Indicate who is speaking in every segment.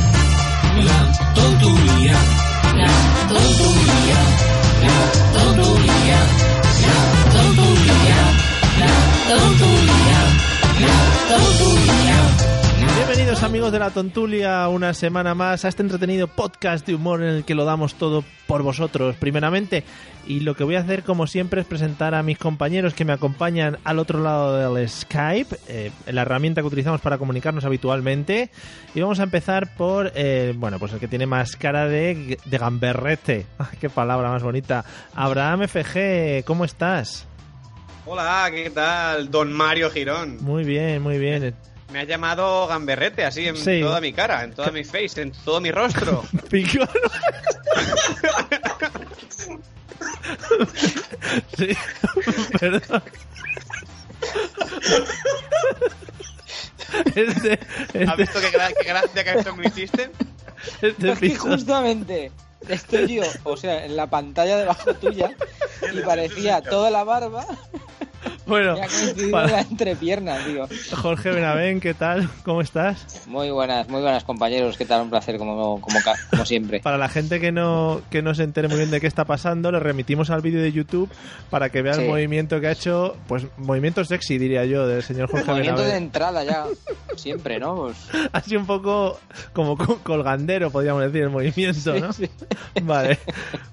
Speaker 1: La tontulia, la tontulia, la tontulia, la tontulia, la tontulia, la tontulia.
Speaker 2: Bienvenidos amigos de la Tontulia una semana más a este entretenido podcast de humor en el que lo damos todo por vosotros primeramente y lo que voy a hacer como siempre es presentar a mis compañeros que me acompañan al otro lado del Skype, eh, la herramienta que utilizamos para comunicarnos habitualmente y vamos a empezar por eh, bueno pues el que tiene más cara de, de gamberrete, Ay, qué palabra más bonita, Abraham FG, ¿cómo estás?
Speaker 3: Hola, ¿qué tal? Don Mario Girón.
Speaker 2: Muy bien, muy bien.
Speaker 3: Me ha llamado gamberrete así en
Speaker 2: Sí.
Speaker 3: toda mi cara, en toda mi face, en todo mi rostro.
Speaker 2: Picón. sí, perdón. Este,
Speaker 3: ¿Has
Speaker 2: este,
Speaker 3: visto qué, gra- qué gracia que esto me hiciste?
Speaker 2: este
Speaker 4: Es que
Speaker 2: episodio-
Speaker 4: justamente estoy yo, o sea, en la pantalla debajo tuya y parecía toda la barba
Speaker 2: Bueno,
Speaker 4: me ha coincidido
Speaker 2: para-
Speaker 4: la entrepierna, tío.
Speaker 2: Jorge Benavén, ¿qué tal? ¿Cómo estás?
Speaker 4: Muy buenas, muy buenas compañeros, qué tal, un placer como, como, ca- como siempre.
Speaker 2: Para la gente que no, que no se entere muy bien de qué está pasando, le remitimos al vídeo de YouTube para que vea el
Speaker 4: Sí.
Speaker 2: movimiento que ha hecho, pues movimiento sexy diría yo, del señor Jorge
Speaker 4: Movimiento de
Speaker 2: Benavén.
Speaker 4: entrada ya, siempre, ¿no? Pues,
Speaker 2: Así un poco como co- colgandero, podríamos decir, el movimiento, ¿no?
Speaker 4: sí.
Speaker 2: Vale.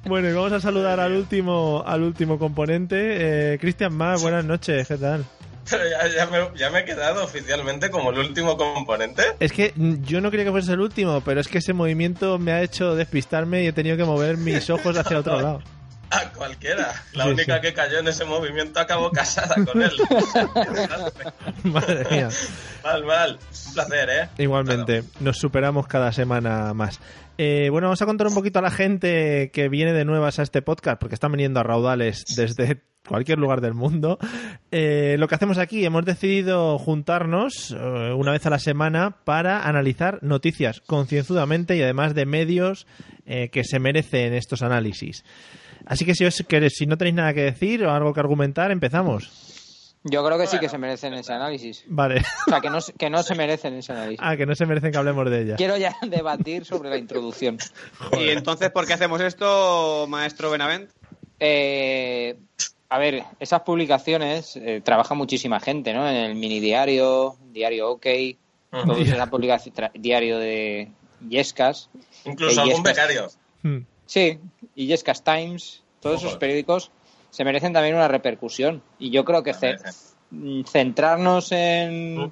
Speaker 2: Bueno, y vamos a saludar al último, al último componente. Eh, Cristian Más, buenas noches, ¿qué tal?
Speaker 5: Pero ya, ya me, ya me he quedado oficialmente como el último componente.
Speaker 2: Es que mm, yo no quería que fuese el último, pero es que ese movimiento me ha hecho despistarme y he tenido que mover mis ojos hacia otro lado.
Speaker 5: A cualquiera. La
Speaker 2: Sí,
Speaker 5: única
Speaker 2: sí.
Speaker 5: que cayó en ese movimiento acabó casada con él.
Speaker 2: Madre mía.
Speaker 5: mal, mal. Un placer, ¿eh?
Speaker 2: Igualmente, nos superamos cada semana más. Eh, bueno, vamos a contar un poquito a la gente que viene de nuevas a este podcast, porque están viniendo a raudales desde cualquier lugar del mundo. Eh, lo que hacemos aquí, hemos decidido juntarnos eh, una vez a la semana para analizar noticias concienzudamente y además de medios eh, que se merecen estos análisis. Así que si, os queréis- si no tenéis nada que decir o algo que argumentar, empezamos.
Speaker 4: Yo creo que sí que se merecen ese análisis.
Speaker 2: Vale.
Speaker 4: O sea, que no, se- que no se merecen ese análisis.
Speaker 2: Ah, que no se merecen que hablemos de ella.
Speaker 4: Quiero ya debatir sobre la introducción.
Speaker 3: Y entonces, ¿por qué hacemos esto, maestro Benavent?
Speaker 4: Eh, a ver, esas publicaciones eh, trabaja muchísima gente, ¿no? En el mini diario, diario OK,
Speaker 5: Ujú.
Speaker 4: luego está la publicación tra- diario de Yescas,
Speaker 5: Incluso
Speaker 4: Eh, y
Speaker 5: algún
Speaker 4: es que-
Speaker 5: becario.
Speaker 2: Mm.
Speaker 4: sí, y Yescas Times, todos esos
Speaker 5: Ojo.
Speaker 4: periódicos se merecen también una repercusión. Y yo creo que ce- mm, centrarnos en
Speaker 5: Mm.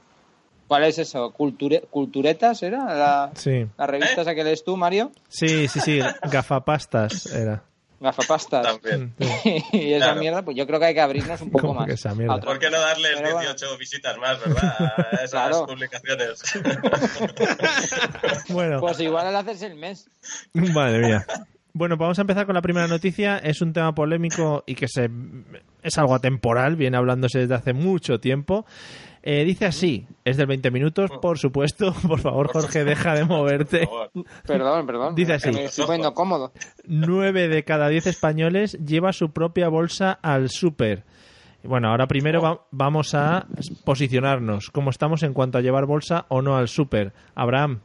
Speaker 4: ¿cuál es eso? Culture- culturetas era la,
Speaker 2: Sí.
Speaker 4: la
Speaker 5: ¿Eh?
Speaker 4: revista esa que lees tú, Mario,
Speaker 2: Sí, sí, sí, gafapastas era. Mm,
Speaker 4: gafapastas.
Speaker 5: También.
Speaker 2: Sí.
Speaker 4: y esa
Speaker 5: Claro.
Speaker 4: mierda, pues yo creo que hay que abrirnos un poco
Speaker 2: ¿Cómo
Speaker 4: más.
Speaker 2: que esa mierda?
Speaker 4: a otro-
Speaker 5: ¿Por qué no darles
Speaker 4: Pero va.
Speaker 5: 18 visitas más, verdad? A esas
Speaker 4: Claro.
Speaker 5: publicaciones.
Speaker 2: Bueno,
Speaker 4: Pues igual al hacerse el mes.
Speaker 2: madre mía. Bueno, pues vamos a empezar con la primera noticia. Es un tema polémico y que se es algo atemporal, viene hablándose desde hace mucho tiempo. Eh, dice así, es del 20 minutos, por supuesto. Por favor, Jorge, deja de
Speaker 5: Por
Speaker 2: moverte.
Speaker 5: favor.
Speaker 4: Perdón, perdón.
Speaker 2: Dice
Speaker 4: Es que
Speaker 2: así.
Speaker 4: Me estoy poniendo cómodo.
Speaker 2: Nueve de cada diez españoles lleva su propia bolsa al súper. Bueno, ahora primero va- vamos a posicionarnos. ¿Cómo estamos en cuanto a llevar bolsa o no al súper? Abraham.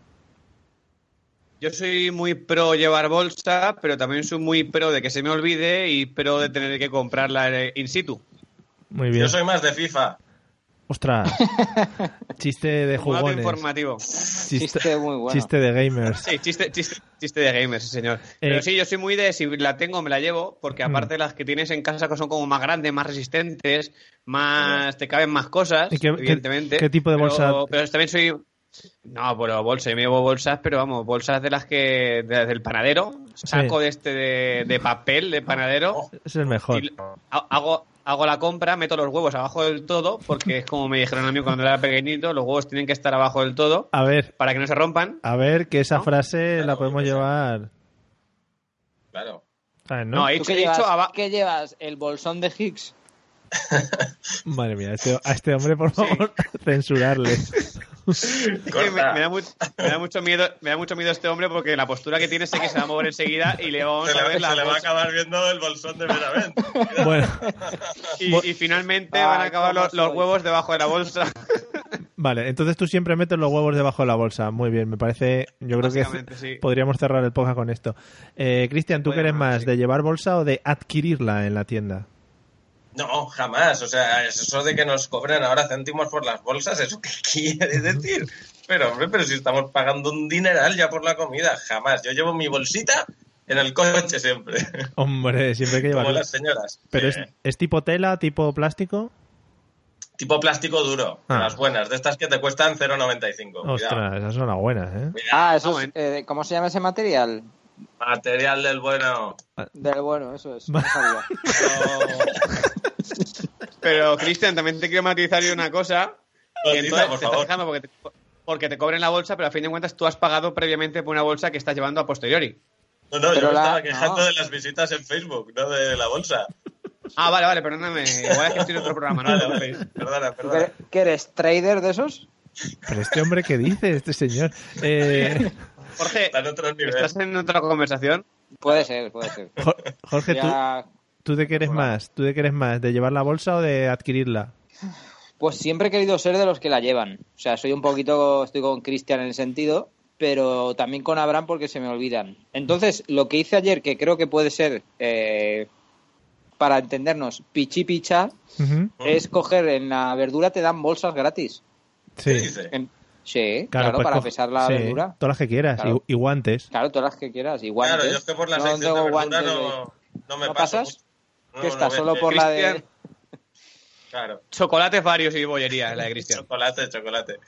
Speaker 3: Yo soy muy pro llevar bolsa, pero también soy muy pro de que se me olvide y pro de tener que comprarla eh, in situ.
Speaker 2: Muy bien.
Speaker 5: Yo soy más de FIFA.
Speaker 2: Ostras. Chiste de
Speaker 3: Formato
Speaker 2: jugones.
Speaker 3: informativo.
Speaker 4: Chiste muy bueno.
Speaker 2: chiste de gamers.
Speaker 3: Sí, chiste, chiste, chiste de gamers, sí, señor.
Speaker 2: Eh,
Speaker 3: Pero sí, yo soy muy de si la tengo, me la llevo, porque
Speaker 2: Mm.
Speaker 3: aparte las que tienes en casa que son como más grandes, más resistentes, más te caben más cosas,
Speaker 2: ¿Y qué- qué-
Speaker 3: evidentemente.
Speaker 2: qué tipo de
Speaker 3: Pero-
Speaker 2: bolsa?
Speaker 3: Pero, también soy. No, pero bolsa, yo me llevo bolsas, pero vamos, bolsas de las que. de las del panadero, saco de este de, de papel de panadero,
Speaker 4: Oh,
Speaker 2: Es el mejor.
Speaker 3: y ha- hago, hago la compra, meto los huevos abajo del todo, porque es como me dijeron a mí cuando era pequeñito, los huevos tienen que estar abajo del todo
Speaker 2: A ver,
Speaker 3: para que no se rompan.
Speaker 2: a ver, que esa
Speaker 3: ¿No?
Speaker 2: frase la
Speaker 5: Claro,
Speaker 2: podemos
Speaker 5: yo qué sé.
Speaker 2: llevar.
Speaker 5: Claro.
Speaker 2: ¿sabes, no?
Speaker 3: No, he
Speaker 4: ¿Tú
Speaker 3: dicho,
Speaker 4: qué
Speaker 3: he dicho
Speaker 4: llevas,
Speaker 3: aba-
Speaker 4: qué llevas? ¿El bolsón de Higgs?
Speaker 2: Madre mía, este- a este hombre, por favor, censurarle.
Speaker 3: Es que me, me da mu- me da mucho miedo, me da mucho miedo este hombre porque la postura que tiene sé que se va a mover enseguida y le vamos
Speaker 5: Se le,
Speaker 3: a
Speaker 5: va-
Speaker 3: ver
Speaker 5: se
Speaker 3: la
Speaker 5: le va a
Speaker 3: bolsa.
Speaker 5: acabar viendo el bolsón de Benavent.
Speaker 2: Bueno,
Speaker 3: y, y finalmente
Speaker 4: Ay,
Speaker 3: van a acabar
Speaker 4: cómo
Speaker 3: los, los
Speaker 4: soy.
Speaker 3: huevos debajo de la bolsa.
Speaker 2: vale, entonces tú siempre metes los huevos debajo de la bolsa. Muy bien, me parece. Yo creo que
Speaker 3: Básicamente, sí.
Speaker 2: podríamos cerrar el podcast con esto. Eh, Cristian, ¿tú qué eres
Speaker 3: Podríamos,
Speaker 2: más?
Speaker 3: sí.
Speaker 2: ¿De llevar bolsa o de adquirirla en la tienda?
Speaker 5: No, jamás. O sea, es eso de que nos cobren ahora céntimos por las bolsas, ¿eso qué quiere decir? Pero, hombre, pero si estamos pagando un dineral ya por la comida, jamás. Yo llevo mi bolsita en el coche siempre,
Speaker 2: Hombre, siempre hay que
Speaker 5: como
Speaker 2: llevarla.
Speaker 5: las señoras.
Speaker 2: Pero es,
Speaker 5: Sí.
Speaker 2: es tipo tela, tipo plástico.
Speaker 5: Tipo plástico duro,
Speaker 2: Ah.
Speaker 5: las buenas, de estas que te cuestan 0,95. Cuidado.
Speaker 2: Ostras, esas son las buenas, ¿eh?
Speaker 5: Mira,
Speaker 4: Ah, eso es,
Speaker 3: bueno.
Speaker 4: eh, ¿Cómo se llama ese material?
Speaker 5: Material del bueno.
Speaker 4: Del bueno, eso es. no sabía.
Speaker 3: Pero, Cristian, también te quiero matizar yo una cosa. que
Speaker 5: Cotiza,
Speaker 3: entonces
Speaker 5: por
Speaker 3: te estás
Speaker 5: favor.
Speaker 3: quejando porque te, porque te cobren la bolsa, pero a fin de cuentas tú has pagado previamente por una bolsa que estás llevando a posteriori.
Speaker 5: No, no, yo
Speaker 4: Pero
Speaker 5: me
Speaker 4: la-
Speaker 5: estaba quejando
Speaker 4: no.
Speaker 5: de las visitas en Facebook, no de la bolsa.
Speaker 3: Ah, vale, vale, perdóname. Igual es que estoy en otro programa, no te
Speaker 5: Vale,
Speaker 3: preocupes.
Speaker 5: vale, perdona,
Speaker 4: ¿Tú
Speaker 5: perdona.
Speaker 4: qué- ¿Qué eres? ¿Trader de esos?
Speaker 2: Pero este hombre, ¿qué dice este señor? Eh,
Speaker 3: Jorge,
Speaker 5: Está en otro nivel.
Speaker 3: ¿estás en otra conversación?
Speaker 4: Puede ser, puede ser.
Speaker 2: Jo- Jorge, ¿tú,
Speaker 4: Ya-
Speaker 2: ¿tú de qué eres más? ¿Tú de qué eres más? ¿De llevar la bolsa o de adquirirla?
Speaker 4: Pues siempre he querido ser de los que la llevan. O sea, soy un poquito, estoy con Cristian en el sentido, pero también con Abraham porque se me olvidan. Entonces, lo que hice ayer, que creo que puede ser, eh, para entendernos, pichi picha,
Speaker 2: Ujú,
Speaker 4: es coger en la verdura te dan bolsas gratis.
Speaker 5: ¿Qué
Speaker 2: Sí.
Speaker 5: dice?
Speaker 4: En- sí,
Speaker 2: Claro,
Speaker 4: claro,
Speaker 2: pues
Speaker 4: para
Speaker 2: coge-
Speaker 4: pesar la
Speaker 2: sí,
Speaker 4: verdura.
Speaker 2: Todas las que quieras,
Speaker 4: Claro.
Speaker 2: y, y guantes.
Speaker 4: Claro, todas las que quieras. Y
Speaker 5: Claro,
Speaker 4: guantes.
Speaker 5: yo es que por la
Speaker 4: No
Speaker 5: sección de
Speaker 4: tengo
Speaker 5: verdura
Speaker 4: guantes
Speaker 5: no, no me
Speaker 4: ¿No
Speaker 5: paso.
Speaker 4: pasas?
Speaker 5: mucho.
Speaker 4: ¿Qué
Speaker 5: No,
Speaker 4: está?
Speaker 5: no,
Speaker 4: Solo
Speaker 5: eh,
Speaker 4: por la de...
Speaker 3: Cristian.
Speaker 5: Claro,
Speaker 3: Chocolates varios y bollería, la de Cristian.
Speaker 5: chocolate, chocolate.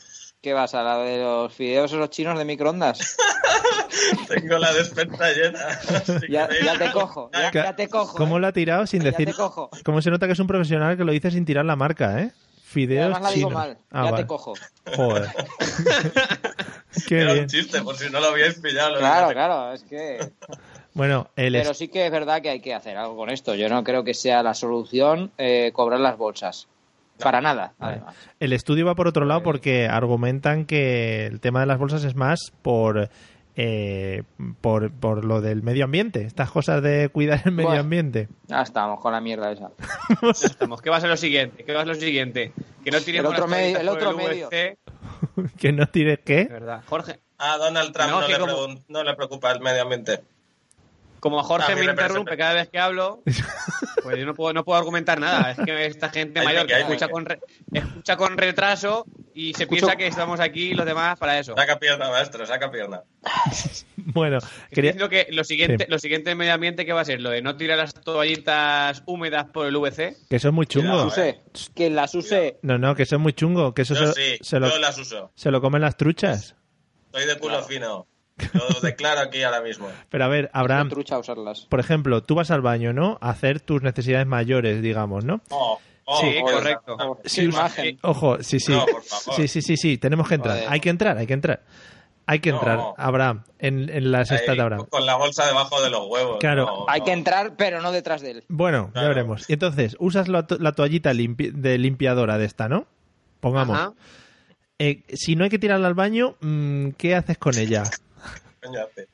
Speaker 4: ¿Qué vas? ¿A la de los fideos esos chinos de microondas?
Speaker 5: Tengo la despensa llena. Si
Speaker 4: Ya,
Speaker 5: queréis.
Speaker 4: ya te cojo, ya,
Speaker 2: Ca-
Speaker 4: ya te cojo.
Speaker 2: ¿Cómo
Speaker 4: eh.
Speaker 2: la ha tirado sin
Speaker 4: Ya
Speaker 2: decir?
Speaker 4: te cojo.
Speaker 2: ¿Cómo se nota que es un profesional que lo dice sin tirar la marca, eh? Fideos
Speaker 4: Además la digo
Speaker 2: chinos.
Speaker 4: mal.
Speaker 2: Ah,
Speaker 4: ya
Speaker 2: vale.
Speaker 4: te cojo.
Speaker 2: Joder. Qué
Speaker 5: Era
Speaker 2: bien.
Speaker 5: un chiste, por si no lo habíais pillado. lo
Speaker 4: Claro,
Speaker 5: de-
Speaker 4: claro, es que.
Speaker 2: Bueno, el
Speaker 4: Pero
Speaker 2: es-
Speaker 4: sí que es verdad que hay que hacer algo con esto. Yo no creo que sea la solución eh, cobrar las bolsas. Para nada, además.
Speaker 2: El estudio va por otro lado porque argumentan que el tema de las bolsas es más por eh, por, por lo del medio ambiente, estas cosas de cuidar el medio
Speaker 4: Buah.
Speaker 2: ambiente.
Speaker 4: Ya estamos con la mierda esa.
Speaker 3: Estamos. ¿Qué va a ser lo siguiente? ¿Qué va a ser lo siguiente? Que no tiremos
Speaker 4: El otro
Speaker 3: las
Speaker 4: medio-
Speaker 3: toallitas
Speaker 4: el
Speaker 3: por
Speaker 4: otro medio.
Speaker 3: VC.
Speaker 2: Que no tires
Speaker 3: De
Speaker 5: Eh.
Speaker 2: qué.
Speaker 3: verdad. Jorge,
Speaker 5: A Donald Trump
Speaker 3: No,
Speaker 5: no,
Speaker 3: que
Speaker 5: le
Speaker 3: como-
Speaker 5: pregun- no le preocupa el medio ambiente.
Speaker 3: como
Speaker 5: A
Speaker 3: Jorge
Speaker 5: mí
Speaker 3: me,
Speaker 5: me parece
Speaker 3: interrumpe
Speaker 5: perfecto.
Speaker 3: cada vez que hablo, pues yo no puedo, no puedo argumentar nada. Es que esta gente
Speaker 5: Ahí me
Speaker 3: mayor que
Speaker 5: quedé, ahí me
Speaker 3: escucha
Speaker 5: quedé.
Speaker 3: con, re- escucha con retraso y se piensa que estamos aquí los demás para eso.
Speaker 5: Saca pierna, maestro, saca pierna.
Speaker 2: Bueno,
Speaker 3: Estoy
Speaker 2: quería,
Speaker 3: diciendo que lo siguiente,
Speaker 2: Sí.
Speaker 3: lo siguiente en medio ambiente, ¿qué va a ser? ¿Lo de no tirar las toallitas húmedas por el VC?
Speaker 2: que eso es muy chungo.
Speaker 5: Cuidado, eh.
Speaker 4: Suse, que las use.
Speaker 2: No, no, que eso es muy chungo, que eso
Speaker 5: Yo
Speaker 2: se,
Speaker 5: sí,
Speaker 2: se lo,
Speaker 5: yo las uso.
Speaker 2: se lo comen las truchas.
Speaker 5: Soy de culo fino. Lo declaro aquí ahora mismo.
Speaker 2: Pero a ver,
Speaker 4: qué
Speaker 2: Abraham,
Speaker 4: trucha usarlas.
Speaker 2: por ejemplo, tú vas al baño, ¿no? A hacer tus necesidades mayores, digamos, ¿no?
Speaker 5: Oh, oh,
Speaker 3: Sí,
Speaker 5: oh,
Speaker 3: correcto.
Speaker 5: no,
Speaker 4: Qué imagen.
Speaker 2: Ojo, sí, sí.
Speaker 5: No, por favor.
Speaker 2: Sí, sí, sí, sí, tenemos que entrar.
Speaker 4: Joder.
Speaker 2: Hay que entrar, hay que entrar. Hay que
Speaker 5: No.
Speaker 2: entrar, Abraham, en, en la sexta
Speaker 5: ahí,
Speaker 2: de Abraham.
Speaker 5: Con la bolsa debajo de los huevos.
Speaker 2: Claro.
Speaker 5: no,
Speaker 4: Hay
Speaker 5: no.
Speaker 4: que entrar, pero no detrás de él.
Speaker 2: Bueno, ya
Speaker 5: Claro.
Speaker 2: veremos. Y entonces, usas la, to- la toallita limpi- de limpiadora de esta, ¿no? Pongamos.
Speaker 3: Ajá.
Speaker 2: Eh, si no hay que tirarla al baño, mm, ¿qué haces con ella?
Speaker 5: Coño, hace.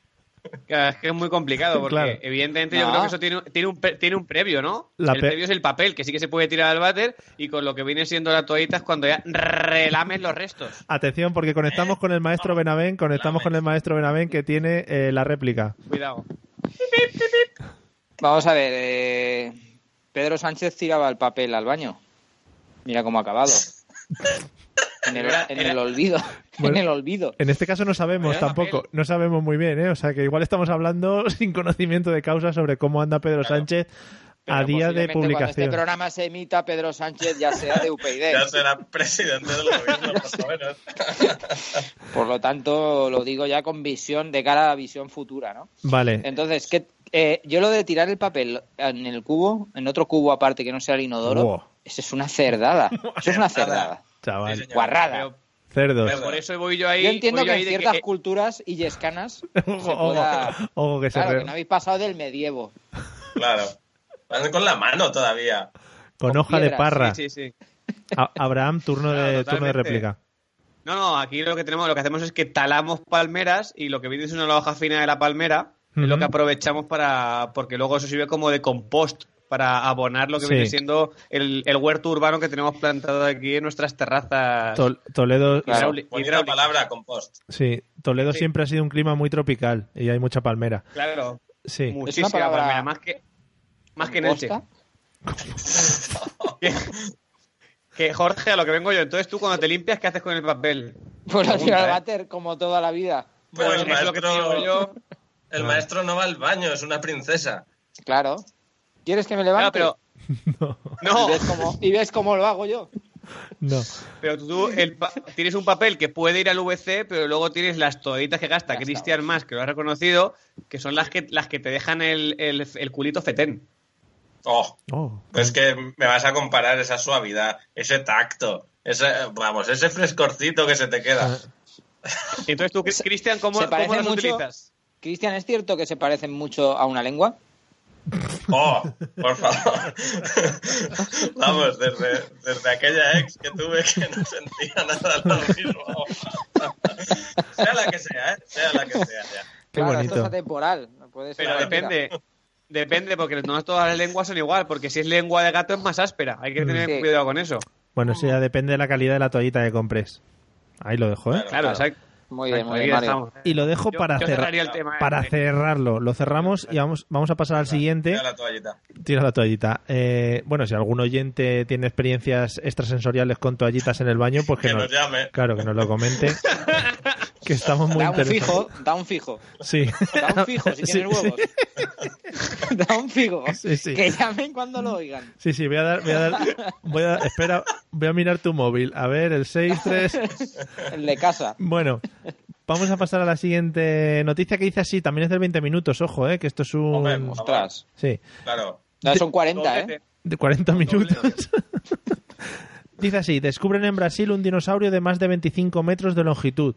Speaker 3: Claro, Es que es muy complicado porque
Speaker 2: Claro.
Speaker 3: evidentemente yo
Speaker 4: No.
Speaker 3: creo que eso tiene, un- tiene, un, pre- tiene un previo, ¿no?
Speaker 2: La
Speaker 3: el
Speaker 2: pe-
Speaker 3: previo es el papel, que sí que se puede tirar al váter y con lo que viene siendo la toallita es cuando ya relames los restos.
Speaker 2: Atención, porque conectamos con el maestro Benavén, conectamos con el maestro Benavén que tiene eh, la réplica.
Speaker 3: Cuidado.
Speaker 4: Vamos a ver. eh, Pedro Sánchez tiraba el papel al baño. Mira cómo ha acabado. En el, en el olvido.
Speaker 2: Bueno.
Speaker 4: en el olvido.
Speaker 2: En este caso no sabemos
Speaker 3: Cuidado,
Speaker 2: tampoco,
Speaker 3: papel.
Speaker 2: no sabemos muy bien, ¿eh? O sea que igual estamos hablando sin conocimiento de causa sobre cómo anda Pedro Sánchez a
Speaker 4: Pero
Speaker 2: día de
Speaker 4: posiblemente Cuando
Speaker 2: publicación.
Speaker 4: este programa se emita, Pedro Sánchez ya sea de UPyD.
Speaker 5: Ya será presidente del gobierno, por lo menos.
Speaker 4: Por lo tanto, lo digo ya con visión, de cara a visión futura, ¿no?
Speaker 2: Vale,
Speaker 4: Entonces, ¿qué, Eh, yo lo de tirar el papel en el cubo, en otro cubo aparte que no sea el inodoro,
Speaker 2: Wow.
Speaker 4: eso es una cerdada. Eso es una cerdada.
Speaker 2: Chaval.
Speaker 5: Sí, señor.
Speaker 4: Guarrada.
Speaker 3: Pero,
Speaker 2: Cerdos.
Speaker 3: pero por eso voy yo ahí.
Speaker 4: Yo entiendo
Speaker 3: voy
Speaker 4: que
Speaker 3: ahí
Speaker 4: en
Speaker 3: de
Speaker 4: ciertas
Speaker 3: eh,
Speaker 4: culturas y yescanas se
Speaker 2: Ojo,
Speaker 4: pueda...
Speaker 2: ojo, ojo que se
Speaker 4: Claro,
Speaker 2: re-
Speaker 4: que no habéis pasado del medievo.
Speaker 5: Claro. Van con la mano todavía.
Speaker 2: Con
Speaker 4: con
Speaker 2: hoja de
Speaker 4: piedras,
Speaker 2: parra.
Speaker 3: Sí, sí, sí.
Speaker 2: A- Abraham, turno
Speaker 3: Claro,
Speaker 2: de, turno de
Speaker 3: totalmente.
Speaker 2: réplica.
Speaker 3: No, no, aquí lo que tenemos, lo que hacemos es que talamos palmeras y lo que viene es una hoja fina de la palmera,
Speaker 2: Ujú.
Speaker 3: es lo que aprovechamos para, porque luego eso sirve como de compost para abonar lo que
Speaker 2: Sí.
Speaker 3: viene siendo el, el huerto urbano que tenemos plantado aquí en nuestras terrazas.
Speaker 2: Tol- Toledo,
Speaker 4: Claro.
Speaker 3: Hidráuli-
Speaker 5: Bonita
Speaker 3: hidráulicas.
Speaker 5: palabra, compost.
Speaker 2: sí, Toledo
Speaker 3: Sí.
Speaker 2: siempre ha sido un clima muy tropical y hay mucha palmera.
Speaker 3: Claro,
Speaker 2: Sí.
Speaker 3: muchísima
Speaker 4: Es una palabra-
Speaker 3: palmera, más que, más que en este. Elche.
Speaker 4: Composta.
Speaker 3: Que Jorge, a lo que vengo yo, entonces tú cuando te limpias, ¿qué haces con el papel?
Speaker 4: Pues lo tiro
Speaker 5: Pregunta,
Speaker 4: al
Speaker 5: ¿eh?
Speaker 4: váter como toda la vida.
Speaker 5: Pero
Speaker 3: Pues
Speaker 5: el
Speaker 3: es lo que te
Speaker 5: maestro-
Speaker 3: digo yo.
Speaker 5: El
Speaker 2: Claro.
Speaker 5: maestro no va al baño, es una princesa.
Speaker 4: Claro. ¿Quieres que me levante?
Speaker 3: Claro, pero... No,
Speaker 4: Y ves cómo, y ves cómo lo hago yo.
Speaker 2: No.
Speaker 3: Pero tú el pa- tienes un papel que puede ir al VC, pero luego tienes las toditas que gasta
Speaker 4: Gastado.
Speaker 3: Cristian más, que lo has reconocido, que son las que, las que te dejan el, el- el culito fetén.
Speaker 5: Oh,
Speaker 2: Oh.
Speaker 5: pues que me vas a comparar esa suavidad, ese tacto, ese, vamos, ese frescorcito que se te
Speaker 2: Ah,
Speaker 5: queda.
Speaker 3: Ah. Entonces tú, Cristian, ¿cómo,
Speaker 4: se
Speaker 3: cómo
Speaker 4: parece
Speaker 3: las
Speaker 4: mucho-
Speaker 3: utilizas?
Speaker 4: Cristian, ¿es cierto que se parecen mucho a una lengua?
Speaker 5: Oh, por favor. Vamos, desde, desde aquella ex que tuve que no sentía nada lo mismo. sea la que sea, ¿eh? sea la que sea. Ya.
Speaker 2: Qué
Speaker 4: claro,
Speaker 2: bonito.
Speaker 4: esto es atemporal. no puede ser
Speaker 3: Pero
Speaker 4: cualquiera.
Speaker 3: depende. Depende, porque no todas las lenguas son igual, porque si es lengua de gato es más áspera. Hay que tener
Speaker 4: Sí.
Speaker 3: cuidado con eso.
Speaker 2: Bueno, sí, ya depende de la calidad de la toallita que compres. Ahí lo dejo, ¿eh?
Speaker 3: Claro, exacto.
Speaker 4: Muy bien, muy
Speaker 3: Ahí
Speaker 4: bien, Mario.
Speaker 3: estamos.
Speaker 2: Y lo dejo
Speaker 3: Yo-
Speaker 2: para,
Speaker 3: yo
Speaker 2: cerra-
Speaker 3: cerraría el tema,
Speaker 2: para
Speaker 3: eh.
Speaker 2: cerrarlo. Lo cerramos y vamos, vamos a pasar al siguiente.
Speaker 5: Sea la toallita.
Speaker 2: Tira la toallita. Eh, bueno, si algún oyente tiene experiencias extrasensoriales con toallitas en el baño, pues que,
Speaker 5: Que
Speaker 2: nos,
Speaker 5: nos llame.
Speaker 2: Claro, que nos lo comente. que estamos muy
Speaker 4: Da un
Speaker 2: interesados.
Speaker 4: fijo, da un fijo.
Speaker 2: Sí.
Speaker 4: Da un fijo si
Speaker 2: Sí,
Speaker 4: tienes
Speaker 2: sí.
Speaker 4: huevos. Da un fijo.
Speaker 2: Sí, sí.
Speaker 4: Que llamen cuando lo oigan.
Speaker 2: Sí, sí, voy a dar, voy a dar, voy a, espera, voy a mirar tu móvil. A ver, el 63.
Speaker 4: El de casa.
Speaker 2: Bueno, vamos a pasar a la siguiente noticia que dice así, también es del 20 minutos, ojo, eh, que esto es
Speaker 5: Hombre,
Speaker 2: un
Speaker 5: pues-
Speaker 4: Ostras.
Speaker 2: sí,
Speaker 5: Claro.
Speaker 4: No, son 40,
Speaker 3: Doblete.
Speaker 4: ¿eh?
Speaker 2: de 40 minutos. dice así, descubren en Brasil un dinosaurio de más de 25 metros de longitud.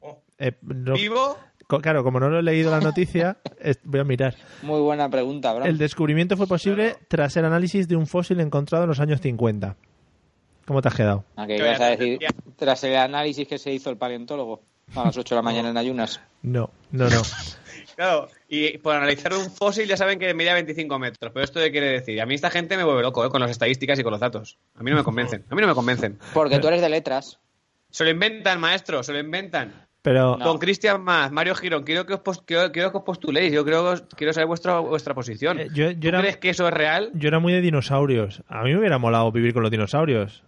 Speaker 5: Oh.
Speaker 2: Eh, no-
Speaker 3: Vivo,
Speaker 2: co- claro, como no lo he leído la noticia, es- voy a mirar.
Speaker 4: Muy buena pregunta, bro.
Speaker 2: El descubrimiento fue posible tras el análisis de un fósil encontrado en los años 50. ¿Cómo te has quedado?
Speaker 4: Ah, que ibas a decir, tras el análisis que se hizo el paleontólogo a las 8 de la mañana en ayunas.
Speaker 2: No, no, no.
Speaker 3: Claro, y por analizar un fósil ya saben que medía 25 metros, pero esto qué quiere decir, a mí esta gente me vuelve loco ¿eh? con las estadísticas y con los datos. A mí no me convencen, a mí no me convencen.
Speaker 4: Porque tú eres de letras.
Speaker 3: Se lo inventan, maestro, se lo inventan.
Speaker 2: Pero
Speaker 4: No.
Speaker 3: Don Cristian Más, Mario Girón, quiero que os, pos- quiero, quiero que os postuléis, yo creo que os- quiero saber vuestra, vuestra posición.
Speaker 2: Eh, yo- yo
Speaker 3: ¿Tú
Speaker 2: era-
Speaker 3: crees que eso es real?
Speaker 2: yo era muy de dinosaurios. A mí me hubiera molado vivir con los dinosaurios.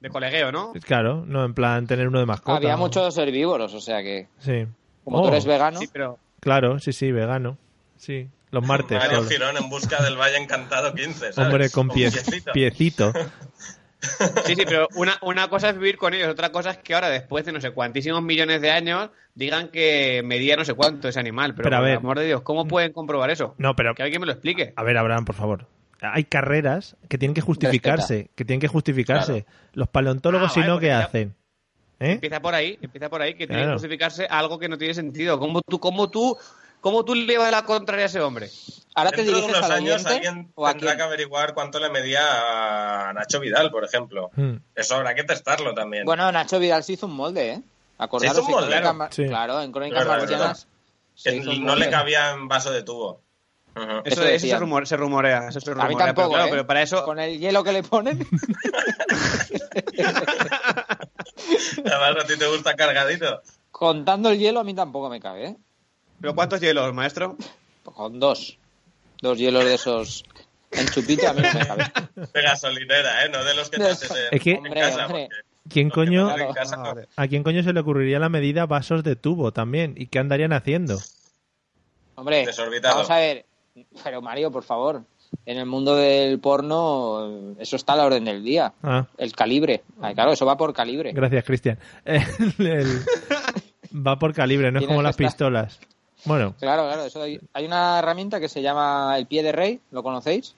Speaker 3: De colegueo, ¿no?
Speaker 2: Claro, no en plan tener uno de mascota.
Speaker 4: Había
Speaker 2: ¿no?
Speaker 4: muchos herbívoros, o sea que.
Speaker 2: Sí.
Speaker 4: Como
Speaker 2: Oh,
Speaker 4: tú eres vegano,
Speaker 3: Sí, pero...
Speaker 2: Claro, sí, sí, vegano. Sí, los martes.
Speaker 5: Mario
Speaker 2: solo.
Speaker 5: Girón en busca del Valle Encantado 15, ¿sabes?
Speaker 2: Hombre con pie-
Speaker 5: piecito.
Speaker 2: piecito.
Speaker 3: Sí, sí, pero una, una cosa es vivir con ellos, otra cosa es que ahora, después de no sé cuantísimos millones de años, digan que medía no sé cuánto ese animal. Pero,
Speaker 2: Pero a
Speaker 3: por
Speaker 2: ver. Mm.
Speaker 3: el amor de Dios, ¿cómo pueden comprobar eso?
Speaker 2: No, pero ¿Ah,
Speaker 3: Que alguien me lo explique.
Speaker 2: a ver, Abraham, por favor. Hay carreras que tienen que justificarse, que tienen que justificarse. Los paleontólogos
Speaker 3: Ah,
Speaker 2: si
Speaker 3: vale,
Speaker 2: no
Speaker 3: porque
Speaker 2: ¿qué
Speaker 3: ya-
Speaker 2: hacen? ¿Eh?
Speaker 3: Empieza por ahí, empieza por ahí, que tiene
Speaker 2: Claro.
Speaker 3: que justificarse algo que no tiene sentido. ¿Cómo tú, cómo tú, cómo tú le vas la contraria a ese hombre?
Speaker 4: ¿ahora te
Speaker 5: Dentro de
Speaker 4: diriges
Speaker 5: unos
Speaker 4: al
Speaker 5: años
Speaker 4: oyente
Speaker 5: alguien
Speaker 4: o a
Speaker 5: tendrá
Speaker 4: quién?
Speaker 5: que averiguar cuánto le medía a Nacho Vidal, por ejemplo.
Speaker 2: Hmm.
Speaker 5: Eso habrá que testarlo también.
Speaker 4: Bueno, Nacho Vidal se hizo un molde, ¿eh? Acordaros
Speaker 5: Se hizo un
Speaker 4: en
Speaker 5: molde.
Speaker 4: Crónicas Mar-
Speaker 2: Sí.
Speaker 4: Claro, en Crónicas
Speaker 5: Verdad,
Speaker 4: Marcianas. se
Speaker 5: que
Speaker 4: hizo un
Speaker 5: no le
Speaker 4: molde.
Speaker 5: cabía en vaso de tubo. Ujú.
Speaker 3: Eso,
Speaker 4: Eso
Speaker 3: eso se,
Speaker 4: decían.
Speaker 3: rumor- se rumorea, eso se rumorea.
Speaker 4: A mí
Speaker 3: pero,
Speaker 4: tampoco,
Speaker 3: claro,
Speaker 4: ¿eh?
Speaker 3: pero para eso,
Speaker 4: Con el hielo que le ponen.
Speaker 5: Además, a ti te gusta cargadito.
Speaker 4: Contando el hielo a mí tampoco me cabe, ¿eh?
Speaker 3: ¿pero cuántos hielos, maestro?
Speaker 4: Con dos. Dos hielos de esos en chupito a mí no me cabe.
Speaker 5: De gasolinera, ¿eh? No de los que te haces en,
Speaker 2: Es que-
Speaker 5: en
Speaker 4: Hombre,
Speaker 5: casa.
Speaker 4: hombre.
Speaker 5: porque
Speaker 2: ¿Quién
Speaker 5: los que
Speaker 2: coño,
Speaker 5: te hacen en casa,
Speaker 2: ¿A quién coño se le ocurriría la medida vasos de tubo también? ¿Y qué andarían haciendo?
Speaker 4: Hombre,
Speaker 5: Desorbitado.
Speaker 4: vamos a ver. Pero Mario, por favor. En el mundo del porno, eh, eso está a la orden del día.
Speaker 2: Ah,
Speaker 4: El calibre. Ah, claro, eso va por calibre.
Speaker 2: gracias, Cristian. El- el- va por calibre, no es
Speaker 4: Tienes
Speaker 2: como
Speaker 4: que
Speaker 2: las
Speaker 4: estar-
Speaker 2: pistolas. Bueno,
Speaker 4: Claro, claro. Eso hay, hay una herramienta que se llama el pie de rey, ¿lo conocéis?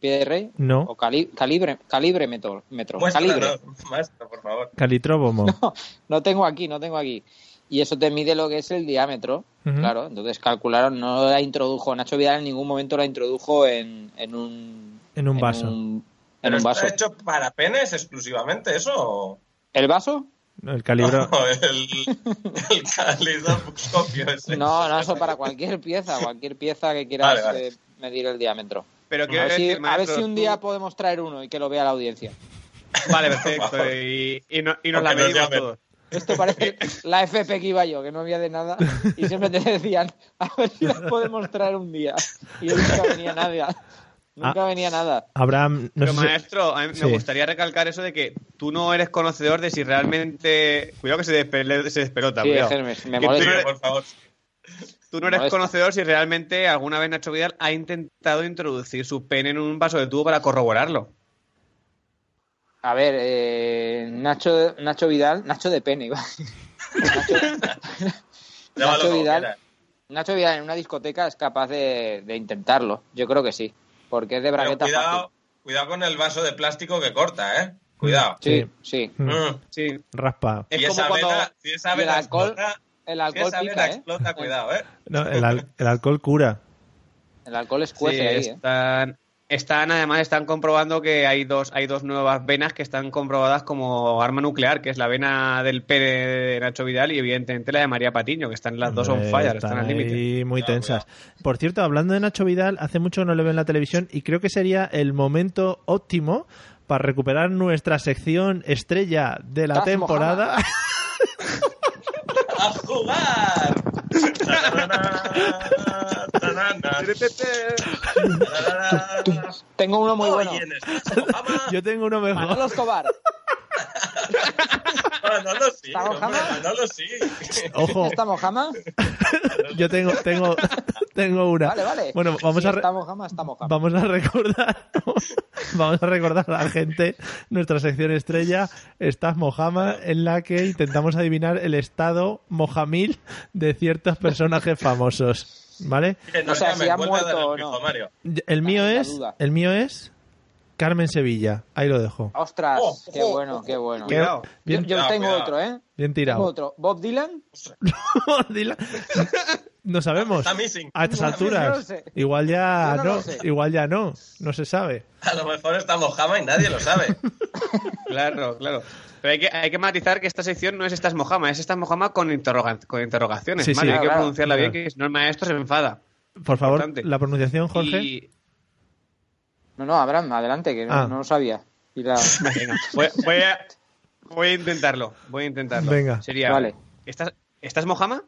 Speaker 4: Pie de rey.
Speaker 2: no.
Speaker 4: O cali- calibre, calibre metro. metro. Calibre.
Speaker 5: Muéstralo, pues, maestro, por favor.
Speaker 2: Calitrobomo.
Speaker 4: No tengo aquí, no tengo aquí. Y eso te mide lo que es el diámetro,
Speaker 2: Ujú.
Speaker 4: claro. Entonces calcularon, no la introdujo, Nacho Vidal en ningún momento la introdujo en, en un...
Speaker 2: En un vaso.
Speaker 4: un- en
Speaker 5: ¿Pero
Speaker 4: un vaso.
Speaker 5: está hecho para penes exclusivamente eso? o-
Speaker 4: ¿El vaso?
Speaker 2: El calibro.
Speaker 5: o el, el calidoscopio ese?
Speaker 4: No, no, eso para cualquier pieza, cualquier pieza que quieras
Speaker 5: Vale, vale.
Speaker 4: eh, medir el diámetro.
Speaker 3: Pero
Speaker 4: A
Speaker 3: quiero
Speaker 4: ver, si,
Speaker 3: decir,
Speaker 4: a ver
Speaker 3: maestro,
Speaker 4: si un
Speaker 3: tú-
Speaker 4: día podemos traer uno y que lo vea la audiencia.
Speaker 3: Vale, perfecto. Y, y no- y nos la
Speaker 5: Porque nos
Speaker 3: medimos
Speaker 5: llamen.
Speaker 3: todos.
Speaker 4: Esto parece la FP que iba yo, que no había de nada, y siempre te decían, a ver si la podemos traer un día. Y nunca venía
Speaker 2: Ah.
Speaker 4: nada. Nunca venía nada.
Speaker 2: Abraham, no
Speaker 3: Pero
Speaker 2: sé si-
Speaker 3: maestro, a mí
Speaker 2: Sí.
Speaker 3: me gustaría recalcar eso de que tú no eres conocedor de si realmente... Cuidado que se, despe- se desperota,
Speaker 4: Sí,
Speaker 3: cuidado.
Speaker 4: Hermes, me
Speaker 3: Que tú
Speaker 5: Sí,
Speaker 3: no
Speaker 4: molesta.
Speaker 3: eres-
Speaker 5: por favor.
Speaker 3: Tú no eres
Speaker 4: Molesta.
Speaker 3: conocedor si realmente alguna vez Nacho Vidal ha intentado introducir su pene en un vaso de tubo para corroborarlo.
Speaker 4: A ver, eh, Nacho, Nacho Vidal, Nacho de pene, iba.
Speaker 5: Llámalo como
Speaker 4: Vidal.
Speaker 5: quieras.
Speaker 4: Nacho Vidal en una discoteca es capaz de, de intentarlo, yo creo que sí, porque es de
Speaker 5: Pero
Speaker 4: bragueta fácil.
Speaker 5: cuidado, cuidado con el vaso de plástico que corta, ¿eh? Cuidado.
Speaker 4: Sí, sí.
Speaker 2: Mm,
Speaker 5: Mm.
Speaker 3: Sí.
Speaker 2: Raspa.
Speaker 3: Es
Speaker 5: y
Speaker 3: como
Speaker 5: esa
Speaker 3: cuando-
Speaker 5: vena, si esa
Speaker 4: y el
Speaker 5: vena
Speaker 4: alcohol-
Speaker 5: explota,
Speaker 4: El
Speaker 5: si
Speaker 4: alcohol
Speaker 5: esa vena
Speaker 4: pica, ¿eh?
Speaker 5: explota, cuidado, ¿eh?
Speaker 2: No, el, al- el alcohol cura.
Speaker 4: El alcohol es
Speaker 3: Sí,
Speaker 4: ahí, ¿eh?
Speaker 3: están, están, además están comprobando que hay dos, hay dos nuevas venas que están comprobadas como arma nuclear, que es la vena del pene de Nacho Vidal y evidentemente la de María Patiño, que están las dos on
Speaker 2: Eh,
Speaker 3: fire, están al límite.
Speaker 2: ahí muy
Speaker 5: Cuidado,
Speaker 2: tensas. Por cierto, hablando de Nacho Vidal, hace mucho que no le veo en la televisión y creo que sería el momento óptimo para recuperar nuestra sección estrella de la
Speaker 4: Taj
Speaker 2: temporada.
Speaker 5: ¡A jugar! Tararara, tararara, tararara.
Speaker 4: Tengo uno muy bueno.
Speaker 5: Hoy en este programa,
Speaker 2: Yo tengo uno mejor.
Speaker 4: Manolo Escobar.
Speaker 5: Manolo sí,
Speaker 4: ¿Estamos,
Speaker 5: hombre,
Speaker 4: Jama?
Speaker 5: Manolo sí.
Speaker 2: Ojo,
Speaker 4: ¿Está Mojama?
Speaker 2: yo tengo, tengo, tengo una.
Speaker 4: Vale, vale.
Speaker 2: Bueno, vamos
Speaker 4: Si
Speaker 2: a, re-
Speaker 4: Está Mojama, está Mojama.
Speaker 2: Vamos a recordar, vamos a recordar a la gente nuestra sección estrella, Estás Mojama, en la que intentamos adivinar el estado mojamil de ciertos personajes famosos, ¿vale?
Speaker 5: Que
Speaker 4: O sea,
Speaker 5: llamen,
Speaker 4: si ha
Speaker 5: vuelve a dar
Speaker 4: muerto
Speaker 5: el
Speaker 4: o no.
Speaker 5: pijo, Mario.
Speaker 2: El mío
Speaker 4: Ay, la
Speaker 2: es,
Speaker 4: duda.
Speaker 2: el mío es Carmen Sevilla, ahí lo dejo.
Speaker 4: Ostras,
Speaker 5: Oh,
Speaker 4: qué
Speaker 5: oh,
Speaker 4: bueno,
Speaker 5: oh,
Speaker 4: qué bueno.
Speaker 2: Qué-
Speaker 3: Cuidado.
Speaker 4: Yo,
Speaker 2: Bien,
Speaker 4: yo
Speaker 5: Cuidado,
Speaker 4: tengo
Speaker 5: cuidado.
Speaker 4: otro, ¿eh? Tengo
Speaker 2: bien tirado.
Speaker 4: otro. ¿Bob Dylan?
Speaker 2: Dila. No sabemos.
Speaker 5: Está missing.
Speaker 2: A estas
Speaker 4: No, no lo
Speaker 2: alturas,
Speaker 4: sé.
Speaker 2: igual ya
Speaker 4: Yo no
Speaker 2: no,
Speaker 4: lo sé.
Speaker 2: igual ya no, no se sabe.
Speaker 5: A lo mejor está Mojama y nadie lo sabe.
Speaker 3: Claro, claro. Pero hay que, hay que matizar que esta sección no es Estás Mojama, es Estás Mojama con, interroga- con interrogaciones,
Speaker 2: Sí, sí.
Speaker 3: Mario, hay que
Speaker 4: Claro,
Speaker 3: pronunciarla
Speaker 2: claro.
Speaker 3: bien, que si no el maestro se enfada.
Speaker 2: Por favor,
Speaker 3: Importante.
Speaker 2: la pronunciación, Jorge.
Speaker 3: Y-
Speaker 4: No, no, Abraham, adelante, que no-
Speaker 2: Ah.
Speaker 4: no, lo sabía. Y la-
Speaker 3: Venga, voy, voy a, voy a intentarlo, voy a intentarlo.
Speaker 2: Venga.
Speaker 3: Sería,
Speaker 4: Vale.
Speaker 3: ¿estás, ¿Estás Mojama?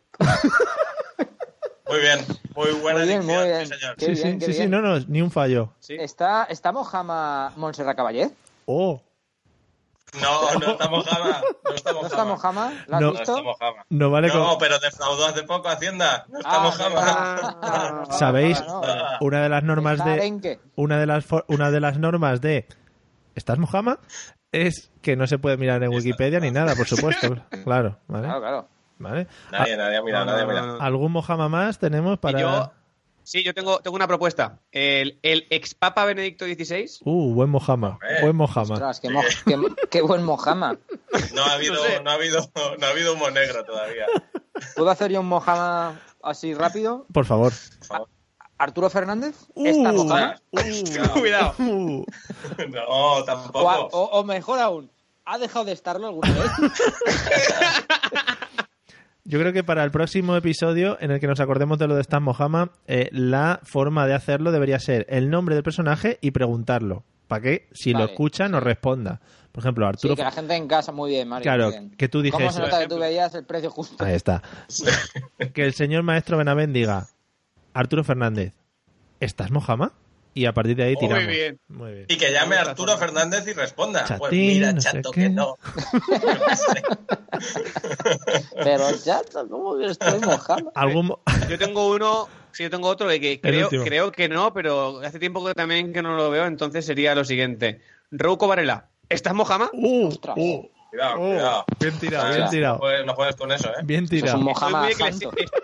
Speaker 5: Muy bien, muy buena
Speaker 4: Muy bien, muy
Speaker 5: dicción,
Speaker 4: bien.
Speaker 5: sí, señor.
Speaker 4: Qué
Speaker 2: sí,
Speaker 4: bien,
Speaker 2: sí,
Speaker 4: qué
Speaker 2: sí, sí,
Speaker 4: bien.
Speaker 2: no, no, ni un fallo.
Speaker 3: Sí.
Speaker 4: ¿Está, ¿Está Mojama Montserrat Caballé?
Speaker 2: Oh.
Speaker 5: No, no está Mojama. No está
Speaker 4: ¿No
Speaker 5: Mojama.
Speaker 4: está Mojama? ¿La has
Speaker 2: No.
Speaker 5: No
Speaker 4: visto?
Speaker 5: está Mojama.
Speaker 2: No vale con-
Speaker 5: No, pero defraudó hace poco Hacienda. No está
Speaker 4: Ah,
Speaker 5: Mojama.
Speaker 4: no, no, no,
Speaker 2: ¿Sabéis?
Speaker 4: no, no, no.
Speaker 2: una de las normas
Speaker 4: Está
Speaker 2: de
Speaker 4: Arenque.
Speaker 2: una de las for- una de las normas de ¿Estás Mojama? es que no se puede mirar en Wikipedia ni nada, por supuesto. Claro,
Speaker 4: Claro,
Speaker 2: ¿vale?
Speaker 4: claro.
Speaker 2: ¿Vale?
Speaker 5: Nadie, nadie ha mirado,
Speaker 2: Ah,
Speaker 3: No,
Speaker 5: nadie ha
Speaker 3: no,
Speaker 5: mirado.
Speaker 3: no, no.
Speaker 2: ¿Algún Mojama más tenemos para
Speaker 3: Y yo, sí, yo tengo, tengo una propuesta. El, el ex Papa Benedicto XVI,
Speaker 2: Uh, buen Mojama,
Speaker 5: Hombre.
Speaker 2: buen Mojama.
Speaker 4: Ostras, qué, mo- qué- qué buen Mojama.
Speaker 5: No ha habido, no,
Speaker 3: sé.
Speaker 5: ha habido, no ha habido humo negro todavía.
Speaker 4: ¿Puedo hacer yo un Mojama así rápido?
Speaker 2: Por favor.
Speaker 4: ¿Arturo Fernández?
Speaker 2: Uh,
Speaker 4: ¿Está Mojama?
Speaker 2: uh,
Speaker 3: cuidado.
Speaker 2: uh.
Speaker 5: No,
Speaker 4: O, a-
Speaker 5: tampoco.
Speaker 4: o- o mejor aún, ¿ha dejado de estarlo alguna vez?
Speaker 2: Yo creo que para el próximo episodio en el que nos acordemos de lo de Stan Mojama, eh, la forma de hacerlo debería ser el nombre del personaje y preguntarlo. Para que si lo
Speaker 4: Vale.
Speaker 2: escucha nos responda. Por ejemplo,
Speaker 4: Sí,
Speaker 2: Arturo
Speaker 4: que la gente en casa, muy bien, Mario.
Speaker 2: Claro,
Speaker 4: muy bien.
Speaker 2: que tú
Speaker 4: ¿Cómo
Speaker 2: dijese-
Speaker 4: se nota que tú veías el precio justo?
Speaker 2: Ahí está. Que el señor maestro Benavent diga, Arturo Fernández, ¿estás Mojama? Y a partir de ahí
Speaker 5: Oh,
Speaker 2: tiramos.
Speaker 3: muy bien.
Speaker 2: Muy bien.
Speaker 5: Y que llame a Arturo Fernández y responda. pues
Speaker 2: Chatín,
Speaker 5: mira,
Speaker 2: no sé
Speaker 5: chato,
Speaker 2: qué.
Speaker 5: que no.
Speaker 4: Pero chato, ¿cómo que estoy mojado?
Speaker 2: ¿Algún mo-
Speaker 3: Yo tengo uno, sí, yo tengo otro de que creo,
Speaker 2: último.
Speaker 3: creo que no, pero hace tiempo que también que no lo veo, entonces sería lo siguiente. Rouco Varela, ¿estás Mojama?
Speaker 2: ¡Uh!
Speaker 4: Ostras.
Speaker 2: ¡Uh!
Speaker 5: Cuidado,
Speaker 2: ¡Uh!
Speaker 5: cuidado.
Speaker 2: Bien tirado,
Speaker 5: Ah,
Speaker 2: bien tirado.
Speaker 5: No juegues, no juegues con eso, ¿eh.
Speaker 2: Bien
Speaker 4: Eso es
Speaker 2: tirado.
Speaker 4: un mojama
Speaker 3: Estoy muy eclesi-
Speaker 4: santo.
Speaker 3: est-